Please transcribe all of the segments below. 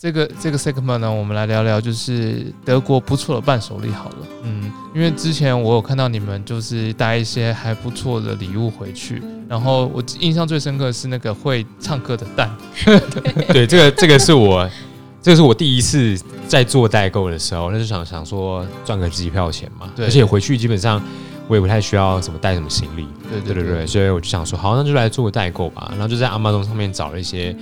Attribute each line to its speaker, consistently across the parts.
Speaker 1: 这个这个 segment 呢，我们来聊聊就是德国不错的伴手礼好了。嗯，因为之前我有看到你们就是带一些还不错的礼物回去，然后我印象最深刻的是那个会唱歌的蛋。
Speaker 2: 对，这个这个是我，这个是我第一次在做代购的时候，那就想想说赚个机票钱嘛，
Speaker 1: 对
Speaker 2: 而且回去基本上我也不太需要什么带什么行李，
Speaker 1: 对
Speaker 2: 对对对，所以我就想说，好，那就来做个代购吧，然后就在 Amazon 上面找了一些。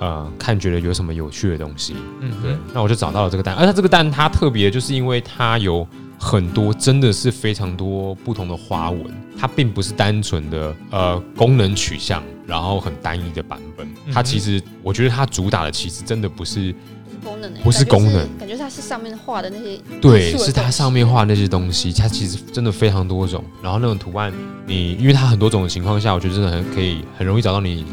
Speaker 2: 呃，看觉得有什么有趣的东西，
Speaker 1: 嗯
Speaker 2: 对，那我就找到了这个蛋，而它这个蛋它特别，就是因为它有很多，真的是非常多不同的花纹，它并不是单纯的呃功能取向，然后很单一的版本。
Speaker 1: 嗯
Speaker 2: 它
Speaker 1: 哼
Speaker 2: 其实我觉得它主打的其实真的不是
Speaker 3: 功能、欸、
Speaker 2: 不是功能
Speaker 3: 感觉是，感觉它是上面画的那些艺术的
Speaker 2: 对，
Speaker 3: 东西
Speaker 2: 是它上面画的那些东西，它其实真的非常多种。然后那种图案，你因为它很多种的情况下，我觉得真的很可以很容易找到你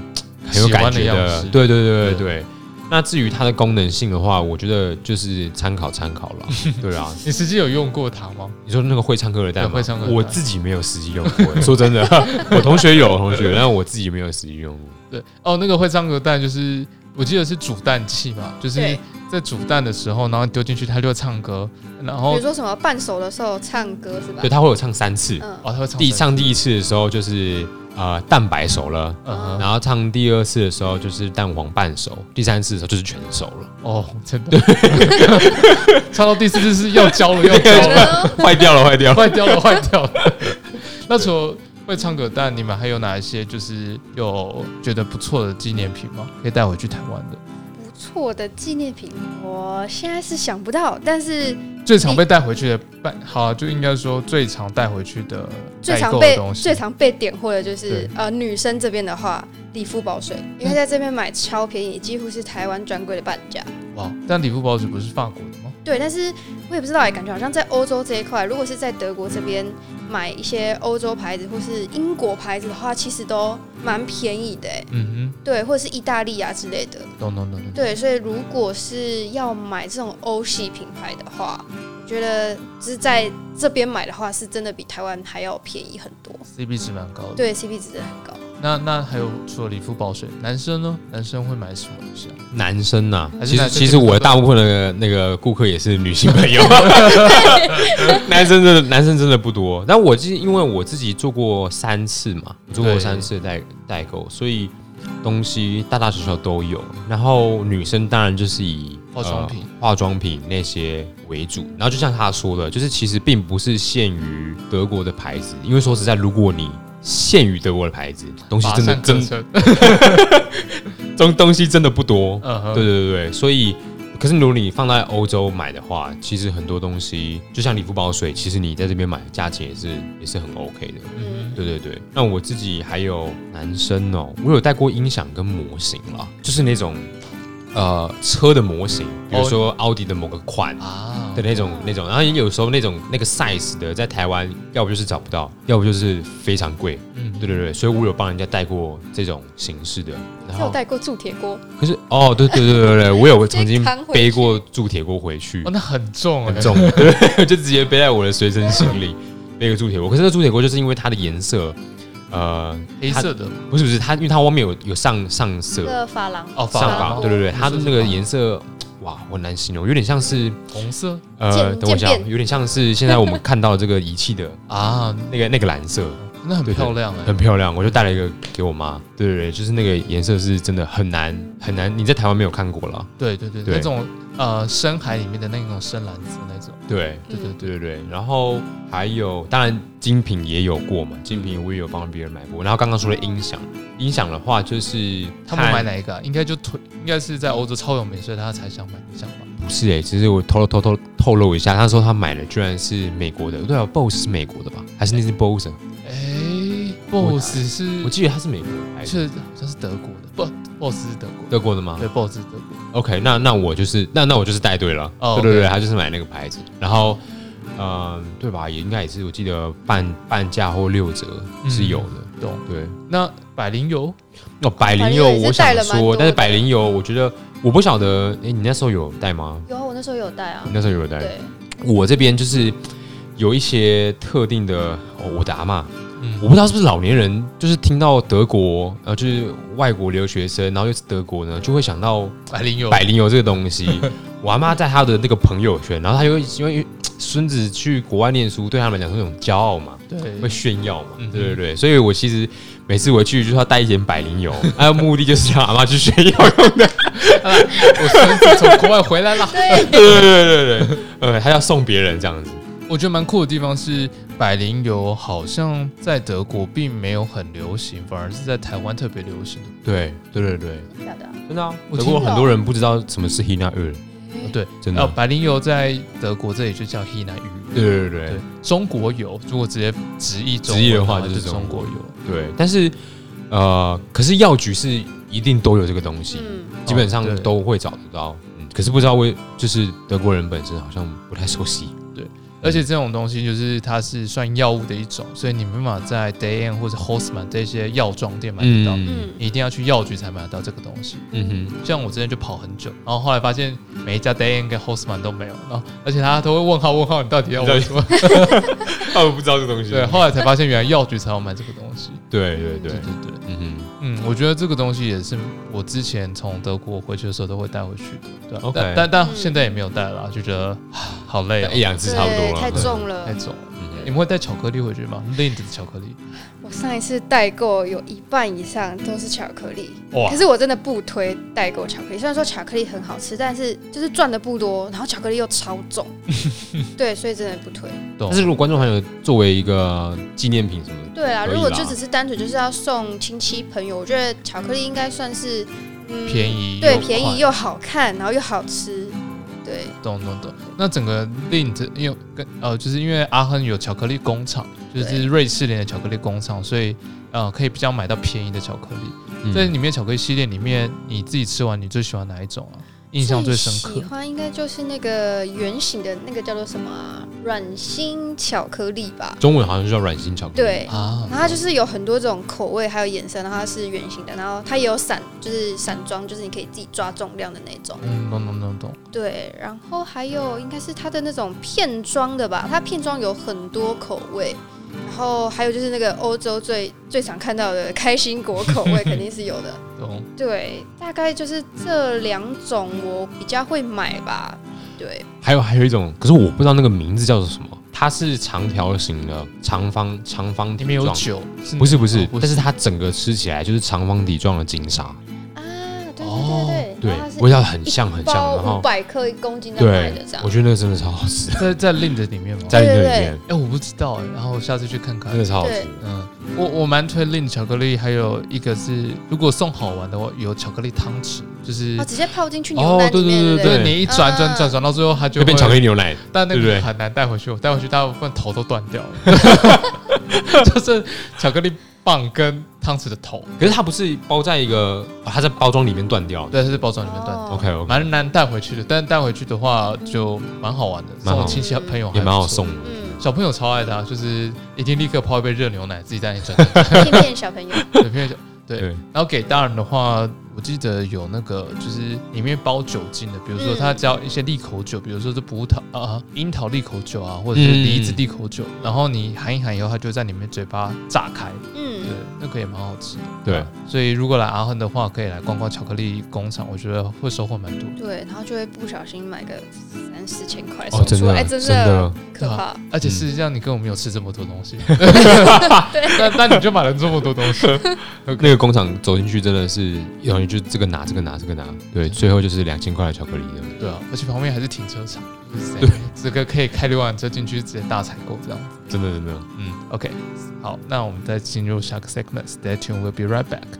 Speaker 2: 很有
Speaker 1: 喜欢
Speaker 2: 感觉
Speaker 1: 的样式
Speaker 2: 对对对对
Speaker 1: 对
Speaker 2: 对。那至于它的功能性的话，我觉得就是参考参考了，对啊。
Speaker 1: 你实际有用过它吗？
Speaker 2: 你说那个会唱歌的蛋吗？
Speaker 1: 对会唱歌的蛋
Speaker 2: 我自己没有实际用 过。说真的， 我同学有同学，但我自己没有实际用过。
Speaker 1: 对，哦，那个会唱歌的蛋就是我记得是煮蛋器嘛，就是
Speaker 3: 对
Speaker 1: 在煮蛋的时候，然后丢进去它就会唱歌，然
Speaker 3: 比
Speaker 1: 后
Speaker 3: 如说什么伴手的时候唱歌是吧
Speaker 2: 对，？他会有唱三次。
Speaker 3: 嗯，
Speaker 1: 哦它会唱
Speaker 2: 第一
Speaker 1: 歌，
Speaker 2: 唱第一次的时候就是呃蛋白熟了，
Speaker 3: 啊
Speaker 1: 嗯哼，
Speaker 2: 然后唱第二次的时候就是蛋黄半熟，第三次的时候就是全熟了，
Speaker 1: 哦，真 的，唱到第四次是要焦了，要焦了。
Speaker 2: 坏掉了，坏掉了。
Speaker 1: 坏掉了，坏掉了。那除了会唱歌的蛋，你们还有哪一些就是有觉得不错的纪念品吗？可以带回去台湾的？
Speaker 3: 不错的纪念品，我现在是想不到，但是
Speaker 1: 最常被带回去的伴，好啊、就应该说最常带回去的
Speaker 3: 最
Speaker 1: 代
Speaker 3: 常
Speaker 1: 购的
Speaker 3: 被
Speaker 1: 东西，
Speaker 3: 最常被点货的就是
Speaker 1: 对
Speaker 3: 呃女生这边的话，理肤宝水，因为在这边买超便宜，几乎是台湾专柜的半价。
Speaker 1: 哇！但礼物包纸不是法国的吗？
Speaker 3: 对，但是我也不知道哎、感觉好像在欧洲这一块，如果是在德国这边买一些欧洲牌子或是英国牌子的话，其实都蛮便宜的哎、
Speaker 1: 嗯
Speaker 3: 对，或者是意大利啊之类的。
Speaker 1: 哼，懂懂懂懂。
Speaker 3: 对，所以如果是要买这种欧系品牌的话，我觉得就是在这边买的话，是真的比台湾还要便宜很多。
Speaker 1: CP 值蛮高的，
Speaker 3: 对，CP 值真的很高。
Speaker 1: 那那还有除了礼肤宝水，男生呢？男生会买什么东西啊？
Speaker 2: 男生呐、
Speaker 1: 还是
Speaker 2: 其
Speaker 1: 男
Speaker 2: 实
Speaker 1: 生
Speaker 2: 其实我大部分的那个顾客也是女性朋 友， 男生真的男生真的不多。但我记，因为我自己做过三次嘛，我做过
Speaker 1: 对
Speaker 2: 三次的代代购，所以东西大大小小都有。然后女生当然就是以
Speaker 1: 化妆品
Speaker 2: 呃化妆品那些为主。然后就像他说的，就是其实并不是限于德国的牌子，因为说实在，如果你限于德国的牌子，东西真的
Speaker 1: 跋山
Speaker 2: 真
Speaker 1: 涉 水
Speaker 2: 东东西真的不多。
Speaker 1: 嗯哼，
Speaker 2: 对对对对，所以可是如果你放在欧洲买的话，其实很多东西，就像礼肤宝水，其实你在这边买价钱也是也是很 OK 的。
Speaker 1: 嗯
Speaker 2: 对对对，那我自己还有男生哦，我有带过音响跟模型啦，就是那种呃车的模型，比如说奥迪的某个款
Speaker 1: 哼啊，
Speaker 2: 的那种那种，然后有时候那种那个 size 的在台湾，要不就是找不到，要不就是非常贵。
Speaker 1: 嗯
Speaker 2: 对对对，所以我有帮人家带过这种形式的。然
Speaker 3: 我
Speaker 2: 后
Speaker 3: 带过铸铁锅，
Speaker 2: 可是哦，对对对对 对，我有曾经
Speaker 3: 直接扛回去
Speaker 2: 背过铸铁锅回去
Speaker 1: 哦，，那很重哎、
Speaker 2: 很重， 对，就直接背在我的随身行李，背个铸铁锅。可是那铸铁锅就是因为它的颜色，呃，
Speaker 1: 黑
Speaker 2: 它
Speaker 1: 色的
Speaker 2: 不是不是它，因为它外面有有上上
Speaker 3: 这
Speaker 2: 色
Speaker 3: 个珐琅
Speaker 1: 哦珐
Speaker 2: 上
Speaker 1: 琅
Speaker 2: 法，
Speaker 1: 哦
Speaker 2: 对对对，它的那
Speaker 1: 是
Speaker 2: 个
Speaker 1: 是
Speaker 2: 颜色哇，我很难形容，有点像是
Speaker 1: 红色
Speaker 2: 呃，
Speaker 3: 渐
Speaker 2: 等我
Speaker 3: 渐
Speaker 2: 想，
Speaker 3: 变
Speaker 2: 有点像是现在我们看到这个仪器的
Speaker 1: 啊，
Speaker 2: 那个那个蓝色，
Speaker 1: 那很
Speaker 2: 对对
Speaker 1: 漂亮哎、
Speaker 2: 很漂亮，我就带了一个给我妈。对对对，就是那个颜色是真的很难很难，你在台湾没有看过了。
Speaker 1: 对对对，
Speaker 2: 对
Speaker 1: 那种呃深海里面的那种深蓝色那种，
Speaker 2: 对，
Speaker 1: 对对
Speaker 3: 嗯
Speaker 1: 对，
Speaker 2: 对对对，然后还有，当然精品也有过嘛，精品我也有帮别人买过。然后刚刚说的音响，音响的话就是
Speaker 1: 他们
Speaker 2: 看
Speaker 1: 买哪一个、啊？应该就推，应该是在欧洲超有名，所以他才想买你想吧。
Speaker 2: 不是哎、其实我偷偷偷偷透露一下，他说他买的居然是美国的，对啊，BOSS 是美国的吧？还是那是 BOSS？
Speaker 1: 哎、b o s s
Speaker 2: 我
Speaker 1: 是
Speaker 2: 记得他是美国的牌子，
Speaker 1: 是好像是德国的，不，boss 是德国的，
Speaker 2: 德国的吗
Speaker 1: 对，boss 是德国。
Speaker 2: ？OK，那那我就是那那我就是带队了。
Speaker 1: 哦
Speaker 2: 对对对
Speaker 1: OK
Speaker 2: 他就是买那个牌子，然后。嗯，对吧？也应该也是，我记得半半价或六折是有的。
Speaker 1: 嗯懂。
Speaker 2: 对，
Speaker 1: 那百灵油
Speaker 2: 哦，百灵油，
Speaker 3: 百灵油也
Speaker 2: 我
Speaker 3: 是
Speaker 2: 想
Speaker 3: 带了蛮多
Speaker 2: 说，
Speaker 3: 的
Speaker 2: 但是百灵油，我觉得我不晓得，哎、你那时候有带吗？
Speaker 3: 有啊，我那时候有带啊
Speaker 2: 你。那时候有带？
Speaker 3: 对，
Speaker 2: 我这边就是有一些特定的，哦、我的阿嬷，
Speaker 1: 嗯
Speaker 2: 我不知道是不是老年人，就是听到德国，呃，就是外国留学生，然后又是德国呢，就会想到
Speaker 1: 百灵油，
Speaker 2: 百灵油这个东西。我阿妈在她的那个朋友圈，然后她就会因为孙子去国外念书，对他们来讲是一种骄傲嘛，
Speaker 1: 对
Speaker 2: 会，炫耀嘛，
Speaker 1: 嗯哼
Speaker 2: 对对对。所以我其实每次回去就是要带一点百灵油， 啊，目的就是让阿妈去炫耀用的。
Speaker 1: 我孙子从国外回来了。
Speaker 3: 对，
Speaker 2: 对对对对对，呃，还要送别人这样子。
Speaker 1: 我觉得蛮酷的地方是，百灵油好像在德国并没有很流行，反而是在台湾特别流行。
Speaker 2: 对对对对，
Speaker 3: 晓得啊。
Speaker 2: 真的、啊，
Speaker 1: 我
Speaker 2: 德
Speaker 1: 听
Speaker 2: 国很
Speaker 3: 到
Speaker 2: 多人不知道什么是 Hina Öl，
Speaker 1: 对，
Speaker 2: 真的
Speaker 1: 呃，。百灵油在德国这里就叫 Hina 鱼。
Speaker 2: 对对对
Speaker 1: 对，中国油如果直接直译中文
Speaker 2: 直译的话
Speaker 1: 就
Speaker 2: 就是
Speaker 1: 中
Speaker 2: 中
Speaker 1: 国
Speaker 2: 国嗯
Speaker 1: 油。
Speaker 2: 对，但是呃，可是药局是一定都有这个东西，
Speaker 3: 嗯，
Speaker 2: 基本上
Speaker 1: 哦对
Speaker 2: 都会找得到。嗯，可是不知道为就是德国人本身好像不太熟悉。
Speaker 1: 而且这种东西就是它是算药物的一种，所以你没办法在 Day n 或者 Hostman 这些药妆店买得到，
Speaker 2: 嗯
Speaker 3: 嗯，
Speaker 1: 你一定要去药局才买得到这个东西。
Speaker 2: 嗯哼，
Speaker 1: 像我之前就跑很久，然后后来发现每一家 Day n 跟 Hostman 都没有，然后而且他都会问号问号，你到底要我什么？
Speaker 2: 他们不知道这东西
Speaker 1: 对，后来才发现原来药局才有卖这个东西。
Speaker 2: 对对
Speaker 1: 对，
Speaker 2: 对
Speaker 1: 对对，
Speaker 2: 嗯哼，
Speaker 1: 嗯，我觉得这个东西也是我之前从德国回去的时候都会带回去的，对啊、
Speaker 2: OK 哎
Speaker 1: 但但但
Speaker 3: 嗯
Speaker 1: 现在也没有带了啊，就觉得啊好累、
Speaker 2: 一
Speaker 1: 哦，
Speaker 2: 两次差不
Speaker 3: 对，
Speaker 2: 多了。啊
Speaker 3: 太重 了
Speaker 1: 太。重了。你
Speaker 2: 嗯
Speaker 1: 们会带巧克力回去吗？Lind 的巧克力，
Speaker 3: 我上一次代购有一半以上都是巧克力，
Speaker 1: 哇
Speaker 3: 可，是我真的不推代购巧克力。虽然说巧克力很好吃，但是就是赚的不多，然后巧克力又超 重，对，所以真的不推。
Speaker 1: 懂
Speaker 2: 但是如果观众朋友作为一个纪念品什么的，
Speaker 3: 对啦，
Speaker 2: 可以
Speaker 3: 如果
Speaker 2: 啦
Speaker 3: 就只是单纯就是要送亲戚朋友，我觉得巧克力应该算是嗯
Speaker 1: 便
Speaker 3: 宜，
Speaker 1: 宜
Speaker 3: 对，
Speaker 1: 又
Speaker 3: 便
Speaker 1: 快
Speaker 3: 宜，又好看，然后又好吃，对，
Speaker 1: 懂懂懂。那整个 Lind 因为跟呃，就是因为阿亨有巧克力工厂，就是
Speaker 3: 对
Speaker 1: 瑞士联的巧克力工厂，所以呃可以比较买到便宜的巧克力。
Speaker 2: 嗯
Speaker 1: 在里面巧克力系列里面，你自己吃完你最喜欢哪一种啊？印象最深刻
Speaker 3: 喜欢应该就是那个圆形的那个叫做什么啊软心巧克力吧？
Speaker 2: 中文好像就叫软心巧克力。
Speaker 3: 对，
Speaker 2: 哦
Speaker 1: 啊
Speaker 3: 然后它就是有很多种口味，还有颜色，然后它是圆形的，然后它也有散，就是散装，就是你可以自己抓重量的那种。
Speaker 1: 嗯，懂懂懂懂。
Speaker 3: 对，然后还有应该是它的那种片装的吧，它片装有很多口味，然后还有就是那个欧洲最最常看到的开心果口味肯定是有 的。
Speaker 1: 懂
Speaker 3: 对，大概就是这两种我比较会买吧。对，
Speaker 2: 还有还有一种，可是我不知道那个名字叫做什么，它是长条形的长方长方
Speaker 1: 里
Speaker 2: 体
Speaker 1: 面有
Speaker 2: 状，
Speaker 1: 酒，
Speaker 2: 不是不是
Speaker 1: 哦，
Speaker 2: 但是它整个吃起来就是长方体状的金沙，
Speaker 3: 啊，对
Speaker 2: 哦
Speaker 3: 对对对，
Speaker 2: 对
Speaker 3: 然后它，是
Speaker 2: 味道很像很像，然
Speaker 3: 包五
Speaker 2: 后
Speaker 3: 百克一公斤的买
Speaker 2: 对
Speaker 3: 的这，样
Speaker 2: 我。觉得那个真的超好吃，
Speaker 1: 在在 Lind 里面吗？
Speaker 2: 在那
Speaker 3: 对
Speaker 2: 里
Speaker 3: 对
Speaker 2: 面
Speaker 1: 哎、我不知道哎、然后我下次去看看
Speaker 2: 真。的超好
Speaker 3: 对
Speaker 2: 吃，
Speaker 1: 嗯，我我蛮推 Lind 巧克力，还有一个是如果送好玩的话，有巧克力汤匙，就是
Speaker 3: 哦，直接泡进去牛奶里面，
Speaker 2: 哦对对
Speaker 3: 不
Speaker 2: 对
Speaker 1: 对你一转转
Speaker 3: 嗯
Speaker 1: 转转到最后，它就
Speaker 2: 就变巧克力，牛奶，
Speaker 1: 但那
Speaker 2: 对不
Speaker 1: 个
Speaker 2: 对
Speaker 1: 很难带回去，我带回去大部分头都断掉了， 就是巧克力棒跟汤匙的头，
Speaker 2: 可是它不是包在一个，啊它在包装里面断掉的
Speaker 1: 对，它是包装里面断
Speaker 3: 哦
Speaker 1: 掉。
Speaker 2: ，OK OK，
Speaker 1: 蛮难带回去的，但带回去的话就蛮好玩的，
Speaker 2: 蛮
Speaker 1: 送
Speaker 2: 好玩
Speaker 1: 亲戚朋友
Speaker 2: 也蛮好送
Speaker 1: 的。
Speaker 2: 的，
Speaker 3: 嗯，
Speaker 1: 小朋友超爱的、啊，就是一定立刻泡一杯热牛奶，自己在那里转
Speaker 3: 骗骗嗯小朋友，
Speaker 1: 对，因为就对。
Speaker 2: 对，
Speaker 1: 然后给大人的话，我记得有那个就是里面包酒精的，比如说
Speaker 3: 嗯
Speaker 1: 它加一些利口酒，比如说是葡萄啊、樱桃利口酒啊，或者是
Speaker 2: 嗯
Speaker 1: 梨子利口酒。啊然后你含一含以后，它就在里面嘴巴炸开，对
Speaker 3: 嗯，，
Speaker 1: 那个也蛮好吃的。
Speaker 2: 对，
Speaker 1: 所以如果来阿亨的话，可以来逛逛巧克力工厂，我觉得会收获蛮多的。
Speaker 3: 对，然后就会不小心买个三四千块，
Speaker 2: 哦，真
Speaker 3: 出来，
Speaker 2: 的
Speaker 3: 哎，真
Speaker 2: 真的，啊
Speaker 3: 可怕，
Speaker 1: 而且事实上，你根本没有吃这么多东西，但但你就买了这么多东西，
Speaker 2: 那个工厂走进去真的是，然后就这个拿这个拿这个拿，对，最后就是两千块的巧克力这样
Speaker 1: 对啊，而且旁边还是停车场，对，这个可以开六辆车进去直接大采购这样。
Speaker 2: 真的真的。
Speaker 1: 嗯，OK，好，那我们再进入下个 segment，Stay tuned，we'll be right back。